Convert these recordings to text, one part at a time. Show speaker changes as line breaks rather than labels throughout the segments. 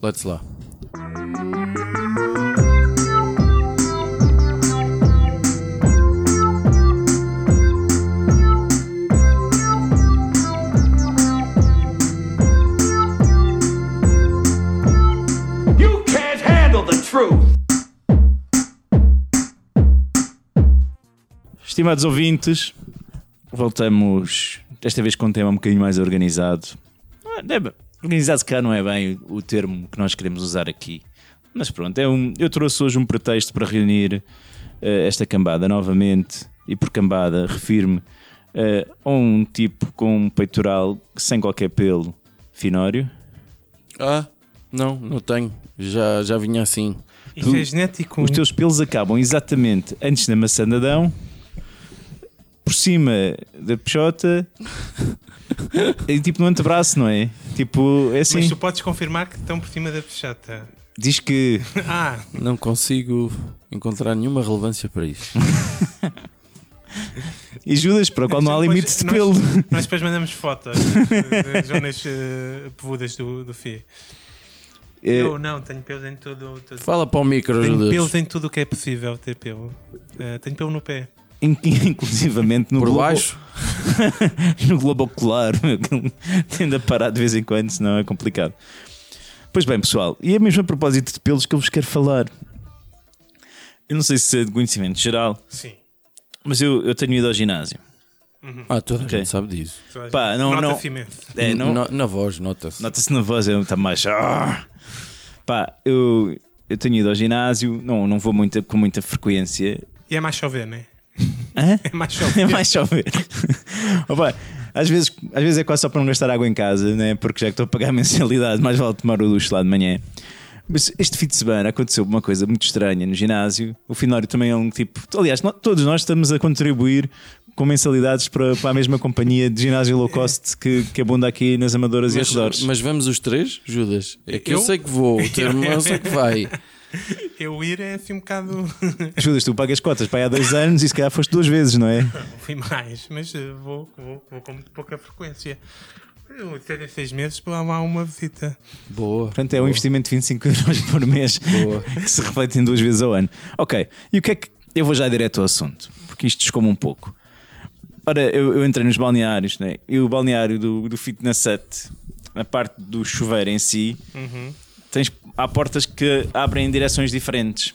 Let's lá.
You can't handle the truth.
Estimados ouvintes, voltamos desta vez com um tema um bocadinho mais organizado. Não é- não é bem- Organizado, se calhar, não é bem o termo que nós queremos usar aqui. Mas pronto, é um- eu trouxe hoje um pretexto para reunir eh, esta cambada novamente. E por cambada, refiro-me eh, a um tipo com um peitoral sem qualquer pelo finório.
Ah, não, não tenho. Já, já vinha assim.
Isto é genético.
Os teus pelos acabam exatamente antes da maçã de Adão, por cima da peixota, e tipo no antebraço, não é? Tipo, é
Mas
assim.
tu podes confirmar que estão por cima da pechata.
Diz que.
Ah,
Não consigo encontrar nenhuma relevância para isso.
E Judas, para o qual não há
Depois
limite de
nós-
pelo.
nós depois mandamos fotos das zonas eh, peludas do, do FI.
É,
Eu não, tenho pelos em todo. todo-
Fala para o micro,
Tenho
Judas.
pelos em tudo o que é possível ter pelo. Eh, tenho pelo no pé.
in- inclusivamente no
Por
globo,
baixo?
no globo ocular, aquilo tende a parar de vez em quando, senão é complicado. Pois bem, pessoal, e é mesmo a propósito de pelos que eu vos quero falar. Eu não sei se é de conhecimento geral,
Sim.
mas eu, eu tenho ido ao ginásio.
Ah, toda a
Ok.
gente sabe disso.
Pá, não-
Nota
não.
Fimense.
É, não,
Na, na voz, nota-se.
Nota-se na voz, está mais. Ah! Pá, eu, eu tenho ido ao ginásio, não, não vou muita, com muita frequência.
E é mais chover, não é?
Hã?
É mais
É
chover.
mais chover. Opa, às, vezes, às vezes é quase só para não gastar água em casa, né? porque já que estou a pagar a mensalidade, mais vale tomar o luxo lá de manhã. Mas este fim de semana aconteceu uma coisa muito estranha no ginásio. O Finório também é um tipo. Aliás, nó- todos nós estamos a contribuir com mensalidades para, para a mesma companhia de ginásio low cost que, que abunda aqui nas Amadoras e
Mas,
arredores.
mas vamos os três, Judas? É que eu,
Eu?
sei que vou, o termo eu sei que vai.
Eu ir é assim um bocado.
Judas, tu pagas cotas para aí há dois anos e se calhar foste duas vezes, não é?
Fui mais, mas eh, vou, vou, vou com muito pouca frequência. Eu, cada seis meses vou lá uma visita.
Boa.
Portanto, é um investimento de 25 euros por mês
Boa.
que se reflete em duas vezes ao ano. Ok, e o que é que. Eu vou já direto ao assunto, porque isto descoma um pouco. Ora, eu, eu entrei nos balneários, né? e o balneário do, do Fitness Hut, na parte do chuveiro em si,
Uhum.
tens, há portas que abrem em direções diferentes.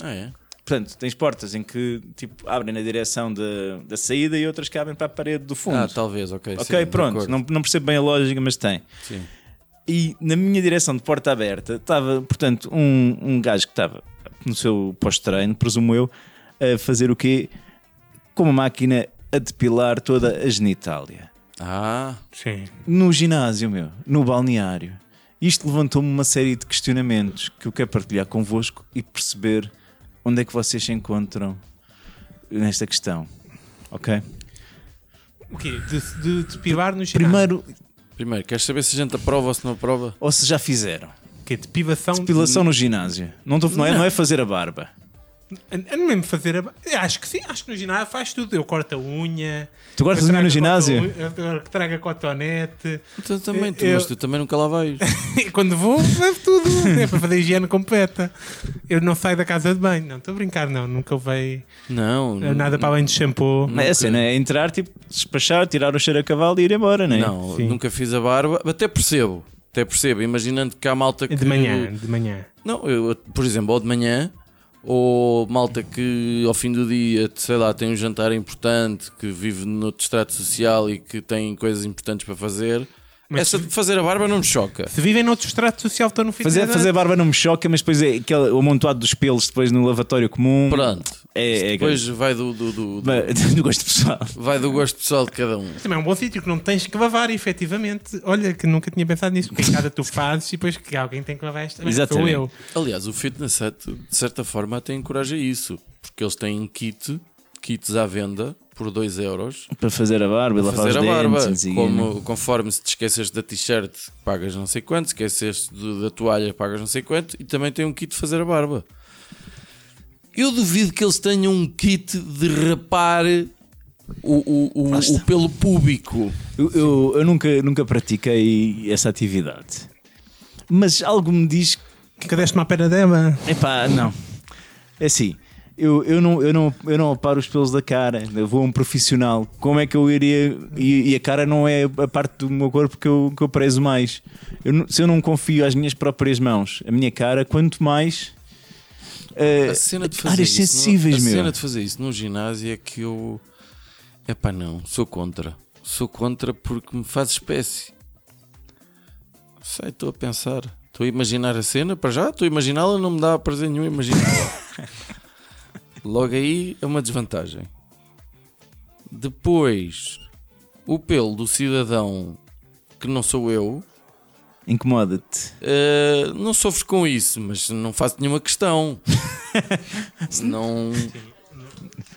Ah, é?
Portanto, tens portas em que tipo, abrem na direção da, da saída e outras que abrem para a parede do fundo.
Ah, talvez, ok.
Ok,
sim, de
pronto,
acordo.
não, não percebo bem a lógica, mas tem.
Sim.
E na minha direção de porta aberta estava, portanto, um, um gajo que estava no seu pós-treino, presumo eu, a fazer o quê? Com uma máquina a depilar toda a genitália.
Ah,
Sim.
No ginásio, meu, no balneário. Isto levantou-me uma série de questionamentos que eu quero partilhar convosco e perceber onde é que vocês se encontram nesta questão. Ok?
O quê? De, de, de pilar no ginásio?
Primeiro,
primeiro, queres saber se a gente aprova ou se não aprova?
ou se já fizeram?
O quê? é De pivação?
Depilação no ginásio. Não, tô- não é, não é fazer a barba.
Eu não lembro fazer a... Eu Acho que sim, acho que no ginásio faz tudo. Eu corto a unha.
Tu cortas
eu
a unha no
trago
ginásio?
coto- Eu trago a cotonete.
Tu também, tu,
Eu-
mas tu também nunca lá vais.
E quando vou, levo tudo. É para fazer higiene completa. Eu não saio da casa de banho. Não, estou a brincar, não. Nunca levei
Não,
eh, nada para além de shampoo.
Não é a cena, é entrar, tipo, despachar, tirar o cheiro a cavalo e ir embora, não é?
não,
Sim.
nunca fiz a barba. Até percebo, até percebo. Imaginando que há malta que.
De manhã, de manhã.
Não, eu, por exemplo, ou de manhã, ou malta que ao fim do dia, sei lá, tem um jantar importante, que vive no distrato social e que tem coisas importantes para fazer. Essa de fazer a barba não me choca.
Se vivem noutro estrato social, estão no fim
Fazer, fazer barba não me choca, mas depois é aquele, o amontoado dos pelos depois no lavatório comum.
Pronto.
É, é
Depois vai do, do- do- do-
Mas, do gosto pessoal.
vai do gosto pessoal de cada um.
Também é um bom sítio que não tens que lavar, efetivamente. Olha, que nunca tinha pensado nisso. Porque em casa tu fazes e depois que alguém tem que lavar esta. Mas Sou
Exatamente.
eu.
Aliás, o Fitness Hut, de certa forma, até encoraja isso, porque eles têm um kit, kits à venda por 2 euros.
Para fazer a barba e lavar os
Fazer a
dentes.
barba,
não sei o quê, né?
como, conforme se te esqueceste da t-shirt, pagas não sei quanto, esqueceste do- da toalha, pagas não sei quanto, e também tem um kit de fazer a barba. Eu duvido que eles tenham um kit de rapar o, o- o- o pelo público.
Eu, eu, eu nunca, nunca pratiquei essa atividade. mas algo me diz que
Que deste uma pena dema.
Epá, não. É assim, eu, eu, não, eu, não, eu não aparo os pelos da cara, eu vou a um profissional. Como é que eu iria. E, e a cara não é a parte do meu corpo que eu, que eu prezo mais. Eu não- se eu não confio às minhas próprias mãos, a minha cara, quanto mais. eh,
A cena de fazer
áreas
isso,
sensíveis,
no, a
meu.
cena de fazer isso num ginásio é que eu. É pá, não, sou contra. Sou contra porque me faz espécie. Não Sei, estou a pensar. Estou a imaginar a cena, para já, estou a imaginá-la, não me dá prazer nenhum imaginá-la. Logo aí é uma desvantagem. Depois, o pelo do cidadão que não sou eu,
Incomoda-te.
Uh, não sofro com isso, mas não faço nenhuma questão. não.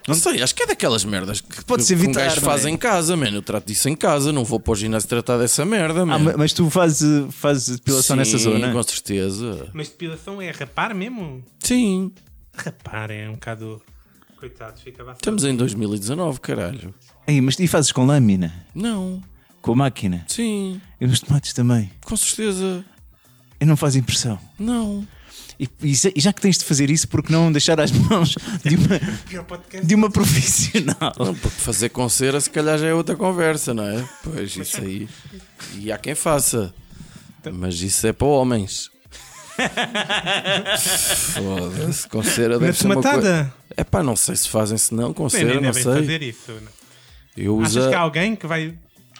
Não sei, acho que é daquelas merdas que, que
Pode-se
um
evitar,
gajo
não é?
faz em casa, mano. Eu trato disso em casa, não vou para o ginásio tratar dessa merda,
Ah,
mano.
ma- mas tu fazes, fazes depilação nessa
é? Sim,
zona?
Com certeza.
Mas depilação é rapar mesmo?
Sim,
Rapar é um bocado. Coitado, fica bastante.
estamos em 2019, caralho.
Ei, mas, e fazes com lâmina?
Não,
Com máquina?
sim,
E os tomates também?
com certeza.
E não faz impressão?
Não.
E, e se- e já que tens de fazer isso, porque não deixar às mãos de uma,
Pior podcast.
de uma profissional?
Não, porque fazer com cera se calhar já é outra conversa, não é? Pois isso aí. E há quem faça. Mas isso é para homens. Foda-se, com cera
Na
deve ser uma coisa.
tomatada?
É pá, não sei se fazem se não, com
Nem,
cera,
nem
não
devem
sei.
fazer isso. não.
Eu uso.
Achas que há alguém que vai.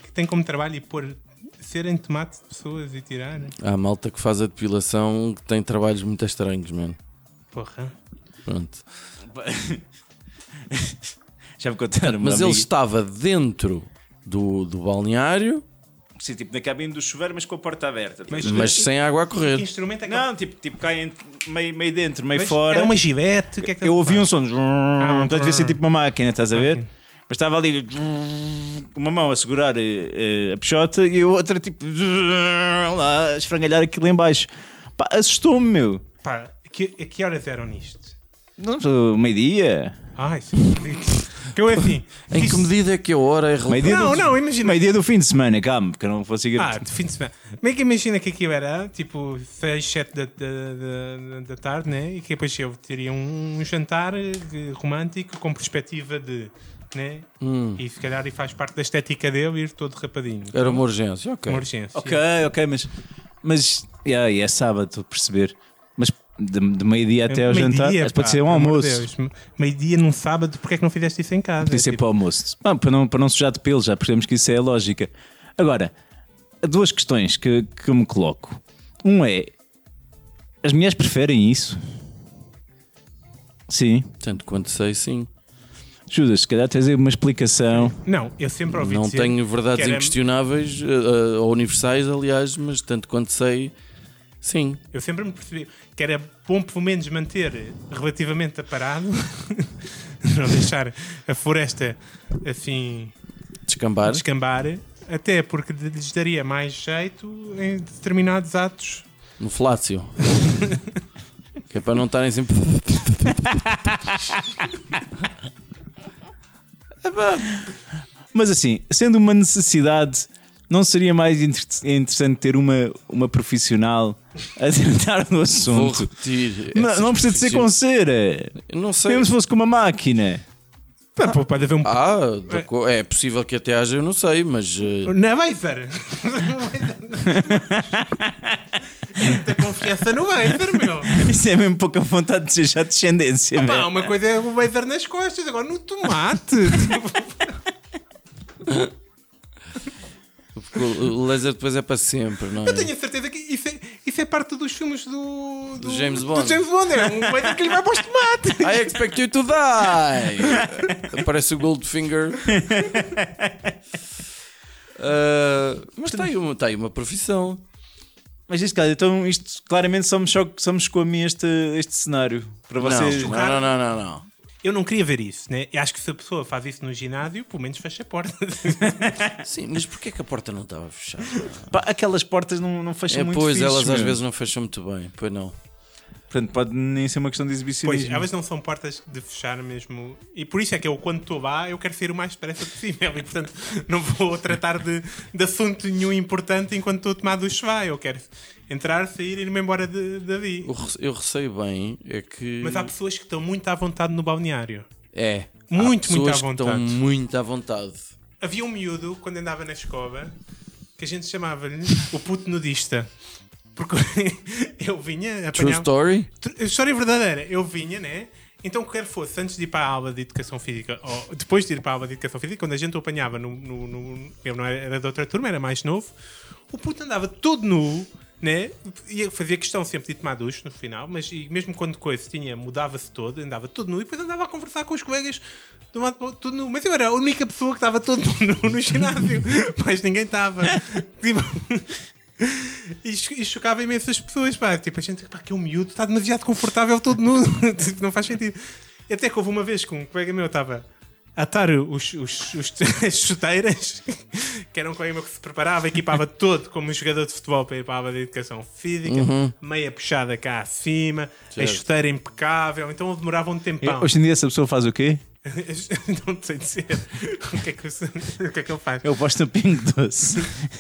que tem como trabalho e pôr ser em tomate de pessoas e tirar? né?
Há malta que faz a depilação que tem trabalhos muito estranhos, mano.
Porra.
Pronto.
Já me contaram,
Mas
meu
ele
amigo.
estava dentro do, do balneário,
Sim, tipo na cabine do chuveiro, mas com a porta aberta.
Mas- eh,
mas sem água a
Que
correr.
instrumento é que
Não, tipo, tipo cai ent- meio, meio dento, meio
Mas
fora.
Era uma gilete? O que é que
Eu ouvi um som de... Estás a ver se é tipo uma máquina, estás a ver?
Ok.
Mas estava ali uma mão a segurar eh, eh, a peixota e a outra tipo lá a esfrangalhar aquilo em baixo. Pá, assustou-me, meu.
Pá, que, a que horas eram nisto?
Não, sou meio-dia.
Ai, isso é ridículo. Que eu é assim.
Em que
isto-
medida é que a hora é relevante?
Meio-dia
Não,
do...
não, imagina.
Meio-dia do fim de semana, calma, porque eu não vou seguir.
Ah, de fim de semana. Como é que imagina que aquilo era tipo 6, 7 da, da, da, da tarde, né? E que depois eu teria um jantar eh, romântico com perspectiva de. Né?
Hum.
E se calhar e faz parte da estética dele ir todo rapadinho.
Era uma urgência, ok.
Uma urgência.
Ok, ok, mas. Mas. Yeah, e é sábado, estou a perceber. Mas de, de meio-dia até ao
É Meio-dia,
jantar, mas
pá,
pode ser um
pelo amor
almoço.
de Deus. Meio-dia num sábado, porque é que não fizeste isso em casa?
Podia ser
Tipo,
para o almoço. Bom, para, não, para não sujar de pelo, já percebemos que isso é a lógica. Agora, há duas questões que, que eu me coloco. Um é: as mulheres preferem isso? Sim.
Tanto quanto sei, sim.
Judas, se calhar tens aí uma explicação.
Não, eu sempre ouvi
Não
dizer
tenho
que
verdades
era-
inquestionáveis eh, eh, ou universais, aliás, mas tanto quanto sei, sim.
Eu sempre me percebi que era bom, pelo menos, manter relativamente aparado, não deixar a floresta assim
Descambar.
descambar, até porque de- lhes daria mais jeito em determinados atos.
No flácio. que é para não estarem sempre.
Mas assim, sendo uma necessidade, não seria mais inter- interessante ter uma, uma profissional a tratar do
Vou
assunto?
repetir.
Não,
essas
não precisa de ser com
profissões.
cera.
Eu Não sei.
Mesmo se fosse com uma máquina.
Pá, pô, Pode haver um.
Ah, de co- é possível que até haja, eu não sei, mas. eh,
Não vai ser! Muita confiança no Vader, meu!
Isso é mesmo pouca vontade de ser já descendência,
Pá,
velho.
uma coisa é o Vader nas costas, agora no tomate!
porque o laser depois é para sempre, não é?
Eu tenho a certeza que isso é, isso é parte dos filmes do, do,
James
do
Bond.
James Bond, é um Vader que lhe vai para os tomates!
I expect you to die! Aparece o Goldfinger. Ah, mas tem uma, tem uma profissão.
Mas isto, cara, então isto claramente só me, cho- só me chocou a mim este, este cenário. Para vocês.
Não, não, não, não, não, não.
Eu não queria ver isso, né? Eu acho que se a pessoa faz isso no ginásio, pelo menos fecha a porta.
Sim, mas porquê que a porta não estava fechada?
Pá, aquelas portas não, não fecham
É,
muito
pois,
fixe,
elas às
meu.
vezes não fecham muito bem. Pois não.
Portanto, pode nem ser uma questão de
Pois,
exibicionismo.
elas não são portas de fechar mesmo. E por isso é que eu, quando estou lá, eu quero sair o mais depressa possível. E, portanto, não vou tratar de, de assunto nenhum importante enquanto estou tomado o chuvá. Eu quero entrar, sair e ir-me embora de, dali.
Eu rece- Eu receio bem é que.
Mas há pessoas que estão muito à vontade no balneário.
É. Há
Muito, muito à
pessoas que estão
vontade.
muito à vontade.
Havia um miúdo, quando andava na escova, que a gente chamava-lhe o puto nudista. Porque eu vinha um
True
apanhava...
story?
Tr- História verdadeira. Eu vinha, né? Então, quer fosse, antes de ir para a aula de Educação Física, ou depois de ir para a aula de Educação Física, quando a gente o apanhava, no, no- no- eu não era, era de outra turma, era mais novo, o puto andava todo nu, né? E eu fazia questão sempre de tomar ducho no final, mas e mesmo quando coisa tinha, mudava-se todo, andava todo nu, e depois andava a conversar com os colegas, de um lado para o outro, todo nu. Mas eu era a única pessoa que estava todo nu no ginásio, mas ninguém estava. Tipo, e, cho- e chocava imenso as pessoas, pá. Tipo, a gente, pá, que é um miúdo, está demasiado confortável todo nu. Tipo, não faz sentido. E Até que houve uma vez que um colega meu estava a atar os, os, os, as chuteiras, que era um colega meu que se preparava, equipava todo como um jogador de futebol para ir para a aula de educação física, meia puxada cá acima, a chuteira impecável, então demorava um tempão.
Hoje em dia essa pessoa faz o quê?
não sei dizer o que é que, eu- o que, é que ele faz.
Eu posto pingo doce.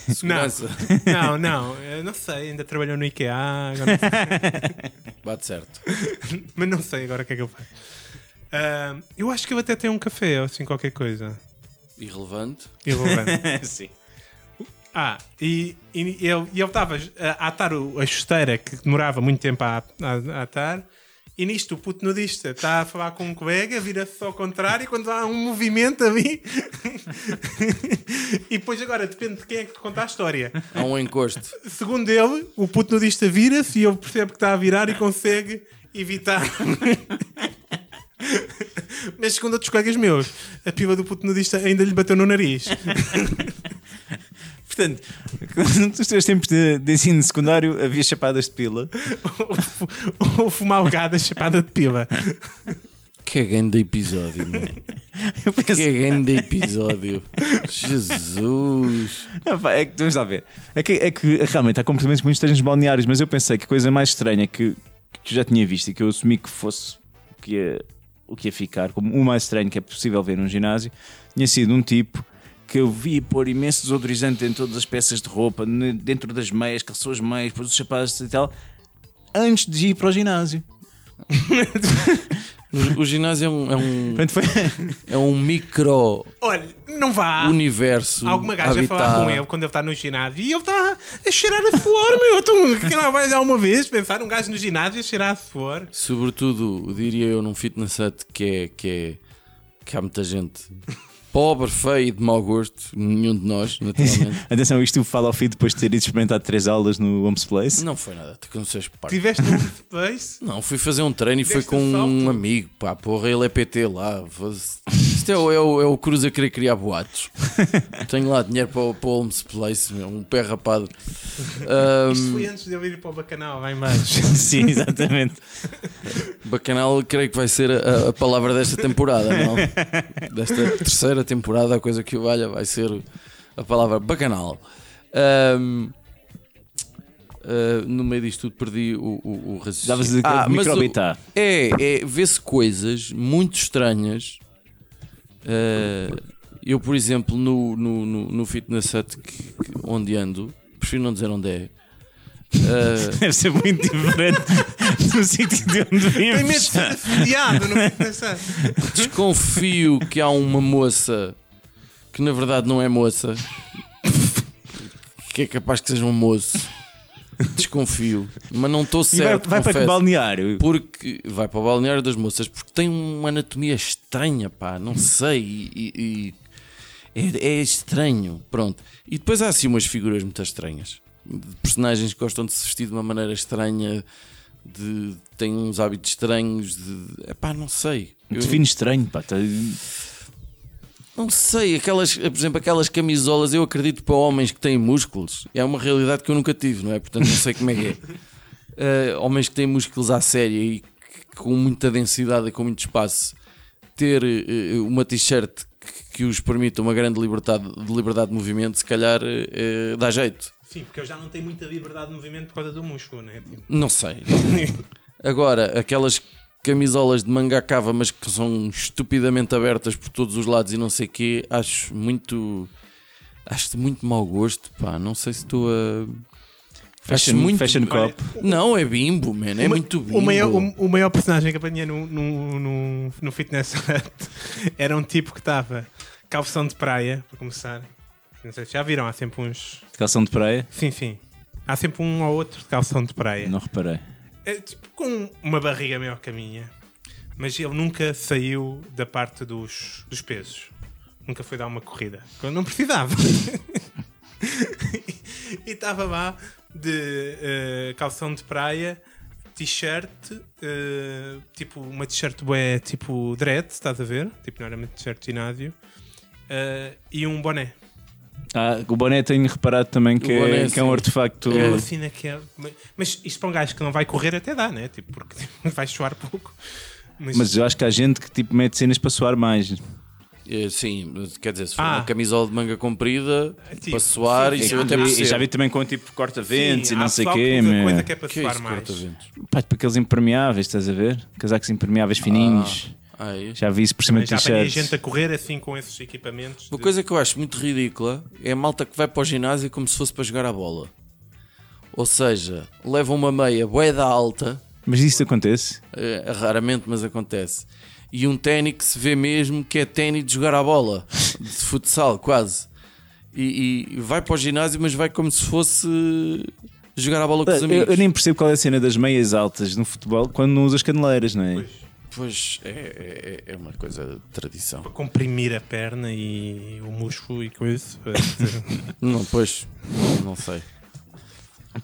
Não,
Segurança.
não, não, eu não sei, ainda trabalhou no IKEA, agora não
Bate certo.
Mas não sei agora o que é que ele faz. Ahm, eu acho que eu até tenho um café ou assim qualquer coisa.
Irrelevante.
Eu vou ver.
Sim.
ah, e, e eu e eu estava a atar o- a chuteira que demorava muito tempo a, a- a atar. E nisto o puto nudista está a falar com um colega, vira-se ao contrário e quando há um movimento ali. e depois agora depende de quem é que te conta a história.
Há um encosto.
Segundo ele, o puto nudista vira-se e ele percebe que está a virar e consegue evitar. Mas segundo outros colegas meus, a piba do puto nudista ainda lhe bateu no nariz.
Portanto, nos teus tempos de, de ensino secundário havia chapadas de pila.
Ou fuma algada chapada de piba.
Que grande episódio, mano.
Eu penso,
Que grande episódio. Jesus.
Ah, pá, é que vamos lá ver. É que, é que realmente há comportamentos muito estranhos nos balneários, mas eu pensei que a coisa mais estranha que, que eu já tinha visto e que eu assumi que fosse o que ia, o que ia ficar, como o mais estranho que é possível ver num ginásio, tinha sido um tipo que eu vi pôr imenso desodorizante em todas as peças de roupa, ne- dentro das meias, calçou as meias, pôs os sapatos e tal, antes de ir para o ginásio.
O ginásio é um, é um,
Portanto, foi.
é um micro
Olha, não vá.
universo.
Alguma gaja
habitado.
falar com ele quando ele está no ginásio e ele está a cheirar a suor, meu. Então, que lá vai alguma vez pensar um gajo no ginásio a cheirar a suor?
Sobretudo, diria eu, num fitness hut que é, que é que há muita gente pobre, feia e de mau gosto. Nenhum de nós, naturalmente.
Atenção, isto fala ao fim depois de ter ido experimentado três aulas no Homes Place.
Não foi nada, tu que não sejas parvo.
Tiveste um place?
Não, fui fazer um treino e foi
Deste
com um
assalto?
amigo, pá, porra, ele é PT lá. foda-se. Isto é, o- é, o, é o Cruz a querer criar boatos. Tenho lá dinheiro para, o- para o Holmes Place, meu, um pé rapado.
Isto
Ahm,
foi antes de eu ir para o bacanal, vai mais.
Sim, exatamente.
bacanal, creio que vai ser a, a palavra desta temporada, não? Desta terceira temporada, a coisa que o valha vai ser a palavra bacanal. Ahm, ah, no meio disto tudo perdi o, o, o raciocínio.
Davas de
Ah, mas o-
microbitar.
É, é vê-se coisas muito estranhas. Eh, eu, por exemplo, no, no, no, no Fitness Hut que- que- onde ando, prefiro não dizer onde é. Eh,
Deve ser muito diferente do sítio de onde
Tem medo de
vives.
ser assediado, não é. pensar.
desconfio que há uma moça que na verdade não é moça, que é capaz que seja um moço. Desconfio, mas não estou
E vai,
certo.
vai para que
confesso.
balneário?
porque vai para o balneário das moças porque tem uma anatomia estranha, pá, não sei, e, e- e é, é estranho, pronto. E depois há assim umas figuras muito estranhas, de personagens que gostam de se vestir de uma maneira estranha, de têm uns hábitos estranhos, de pá, não sei. Eu-
Defino estranho, pá. tá-
não sei, aquelas, por exemplo, aquelas camisolas, eu acredito para homens que têm músculos, é uma realidade que eu nunca tive, não é? Portanto, não sei como é que é. Eh, homens que têm músculos à séria e que- com muita densidade e com muito espaço, ter eh, uma t-shirt que, que os permita uma grande liberdade de, liberdade de movimento, se calhar eh, dá jeito.
Sim, porque eu já não tenho muita liberdade de movimento por causa do músculo, né? Tipo,
Não sei. Agora, aquelas camisolas de manga cava, mas que são estupidamente abertas por todos os lados e não sei o quê, acho muito. Acho de muito mau gosto, pá. Não sei se estou a.
Fashion,
acho muito-
fashion cop.
Não, é bimbo, man. É
O ma-
muito bimbo.
O maior, o, o maior personagem que apanhei no, no, no, no Fitness Hut era um tipo que estava calção de praia, para começar. Não sei se já viram, há sempre uns.
Calção de praia?
Sim, sim. Há sempre um ou outro de calção de praia.
Não reparei.
É, tipo, com uma barriga maior que a minha. Mas ele nunca saiu da parte dos, dos pesos. Nunca foi dar uma corrida. Quando não precisava. e estava lá de eh, calção de praia, t-shirt, eh, tipo uma t-shirt bué, tipo dread, estás a ver? Tipo, não era uma t-shirt de ginásio. eh, e um boné.
Ah, o boné tenho reparado também que,
O boné,
é, que é um
sim.
artefacto.
Uma cena que é- mas- Mas isto para um gajo que não vai correr até dá, né? Tipo, porque vai suar pouco.
Mas eu acho que há gente que tipo, mete cenas para suar mais.
É, Sim, mas quer dizer, se for
Ah.
uma camisola de manga comprida,
Tipo,
para suar,
sim,
isso
sim.
eu até
Ah,
E, e
percebo.
já vi também com tipo corta-ventos
Sim,
e
há
não sei o
pessoal que
quê.
usa
meu.
coisa que é para
que é
suar
isso,
mais.
corta-ventos?
Pá, tipo aqueles impermeáveis, estás a ver? Casacos impermeáveis fininhos.
Ah, é?
Já vi isso por cima de
Já apanhei gente
t-shirts.
a correr assim com esses equipamentos.
Uma
de-
coisa que eu acho muito ridícula é a malta que vai para o ginásio como se fosse para jogar a bola. Ou seja, leva uma meia boeda alta,
Mas isso acontece?
eh, raramente, mas acontece, e um ténis que se vê mesmo que é ténis de jogar a bola, de futsal, quase. E, e vai para o ginásio, mas vai como se fosse jogar a bola com os
Eu,
amigos.
eu nem percebo qual é a cena das meias altas no futebol quando não usas caneleiras, não é?
Pois é, é- é- é uma coisa de tradição.
Para comprimir a perna e o músculo e coisa.
Não, pois, não sei.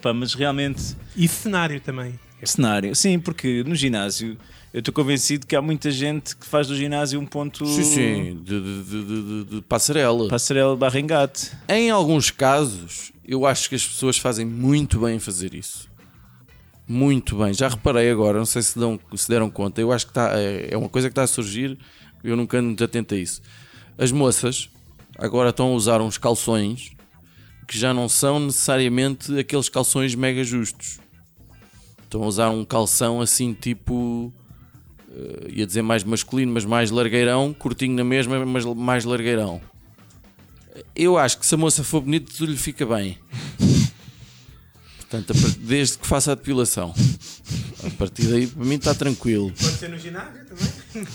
Pá, mas realmente. é
e cenário também.
Cenário, sim, porque no ginásio eu estou convencido que há muita gente que faz do ginásio um ponto
Sim, sim, de, de- de- de- de- de passarela.
passarela barra engate.
Em alguns casos, eu acho que as pessoas fazem muito bem em fazer isso. Muito bem. Já reparei agora, não sei se, dão, se deram conta, eu acho que está, é é uma coisa que está a surgir, eu nunca ando muito atento a isso. As moças agora estão a usar uns calções que já não são necessariamente aqueles calções mega justos. Estão a usar um calção assim tipo. eh, ia dizer mais masculino, mas mais largueirão, curtinho na mesma, mas mais largueirão. Eu acho que se a moça for bonita, tudo lhe fica bem. Portanto, a par- desde que faça a depilação. A partir daí, para mim, está tranquilo.
Pode ser no ginásio também.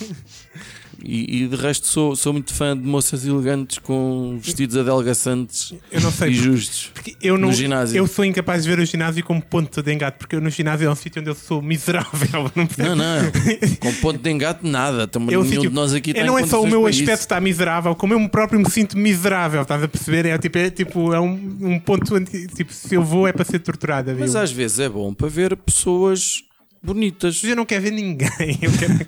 E, e de resto, sou, sou muito fã de moças elegantes com vestidos adelgaçantes
Eu não sei.
e
porque-
justos.
Porque eu não,
No ginásio.
eu sou incapaz de ver o ginásio como ponto de engate, porque eu no ginásio é um sítio onde eu sou miserável. Não, percebo.
Não, não, com ponto de engate, nada. Tamo,
É um
nenhum
sítio-
de nós aqui
é,
tem
não é só o
condições
meu
para
aspecto
isso.
está miserável, como eu próprio me sinto miserável, estás a perceber? É tipo, é, tipo, é um, um ponto anti, tipo, se eu vou é para ser torturada.
Mas
viu?
às vezes é bom para ver pessoas bonitas.
Mas eu não quero ver ninguém. Eu quero...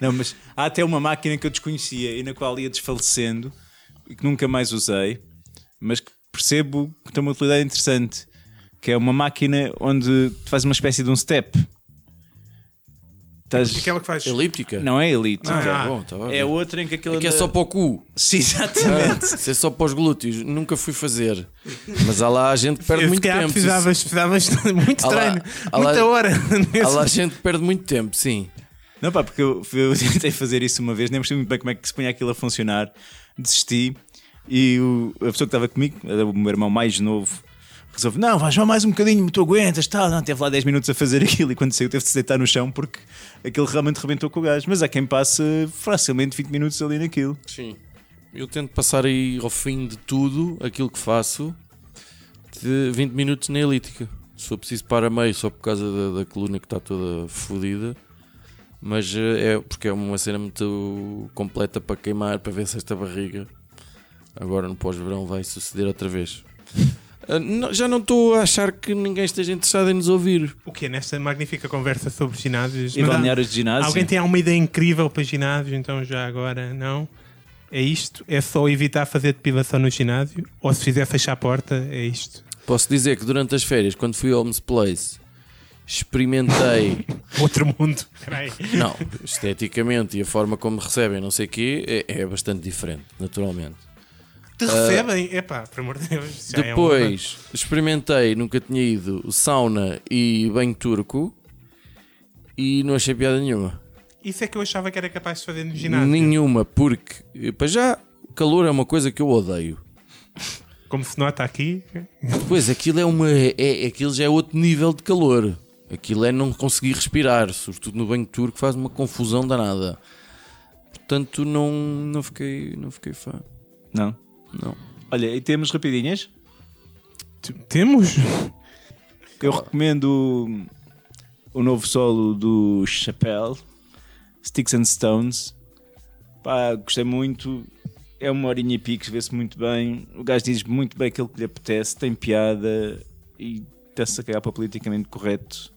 Não, mas há até uma máquina que eu desconhecia e na qual ia desfalecendo e que nunca mais usei, mas que percebo que tem uma utilidade interessante, que é uma máquina onde tu fazes uma espécie de um step. Estás-
Aquela que é faz.
Elíptica?
Não é elite.
Ah,
Tá bom, tá bom.
É outra em que aquilo
Que é
anda-
só para o cu.
Sim, exatamente.
Se é só para os glúteos, nunca fui fazer. Mas há lá gente que perde
Eu, se
muito
calhar
tempo.
precisavas, precisavas de muito
Há lá-
treino,
há lá-
muita hora.
Há lá gente que perde muito tempo, sim.
Não, pá, porque eu, eu tentei fazer isso uma vez, nem percebi muito bem como é que se punha aquilo a funcionar. Desisti e o- a pessoa que estava comigo, era o meu irmão mais novo, resolve: Não, vais lá mais um bocadinho, tu aguentas, tal. Não, teve lá 10 minutos a fazer aquilo e quando saiu teve de se deitar no chão porque aquilo realmente rebentou com o gajo. Mas há quem passe facilmente 20 minutos ali naquilo.
Sim. Eu tento passar aí ao fim de tudo aquilo que faço de 20 minutos na elíptica. Se for preciso para meio só por causa da, da coluna que está toda fodida. Mas eh, é porque é uma cena muito completa para queimar, para ver se esta barriga agora no pós-verão vai suceder outra vez. Ah, não- já não estou a achar que ninguém esteja interessado em nos ouvir.
O que nesta magnífica conversa sobre ginásios?
E
Mas há-
balneários de ginásio.
Alguém tem alguma ideia incrível para ginásio, então já agora não? É isto? É só evitar fazer depilação no ginásio? Ou se fizer fechar a porta, é isto?
Posso dizer que durante as férias, quando fui ao Homes Place, experimentei.
Outro mundo. Peraí.
Não, esteticamente e a forma como recebem, não sei o quê, é, é bastante diferente, naturalmente.
Te recebem? Epá, por amor de Deus. já é um-
Depois experimentei, nunca tinha ido, o sauna e banho turco. e não achei piada nenhuma.
Isso é que eu achava que era capaz de fazer no ginásio.
Nenhuma, porque eh, para já calor é uma coisa que eu odeio.
Como se nota aqui.
Pois aquilo é uma. É, aquilo já é outro nível de calor. Aquilo é não conseguir respirar, sobretudo no banho turco, faz uma confusão danada. Portanto, não, não fiquei. Não fiquei fã.
Não.
Não.
Olha, e temos rapidinhas.
Temos?
Eu recomendo o novo solo do Chappelle, Sticks and Stones. Pá, gostei muito. É uma horinha e pico, vê-se muito bem. O gajo diz muito bem aquilo que lhe apetece, tem piada e está-se a cagar para o politicamente correto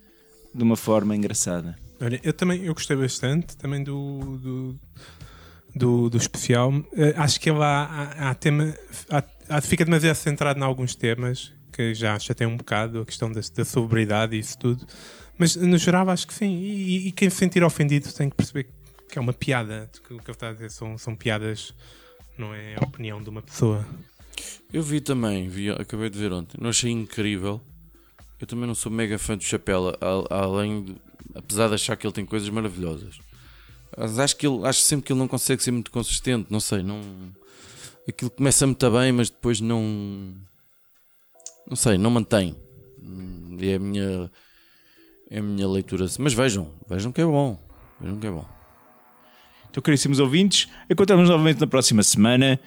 de uma forma engraçada.
Olha, eu também eu gostei bastante também do, do, do, do especial. Eh, acho que ele há, há, há tema. Há, há- fica demasiado centrado em alguns temas que já, já tem um bocado, a questão da, da sobriedade e isso tudo. Mas no geral acho que sim. E, e- e quem se sentir ofendido tem que perceber que é uma piada. que O que ele está a dizer são, são piadas, não é a opinião de uma pessoa.
Eu vi também, vi, acabei de ver ontem. Não achei incrível. Eu também não sou mega fã do Chapela, a- além de, apesar de achar que ele tem coisas maravilhosas. Mas acho que ele, acho sempre que ele não consegue ser muito consistente, não sei, não aquilo começa muito bem, mas depois não não sei, não mantém. Hum, É a minha é a minha leitura, mas vejam, vejam que é bom. Vejam que é bom.
Então, caríssimos ouvintes, encontramos novamente na próxima semana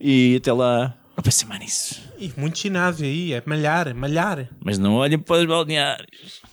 e até lá, é não pensem mais nisso.
E muito ginásio aí, é malhar, malhar.
Mas não olhem para os balneários.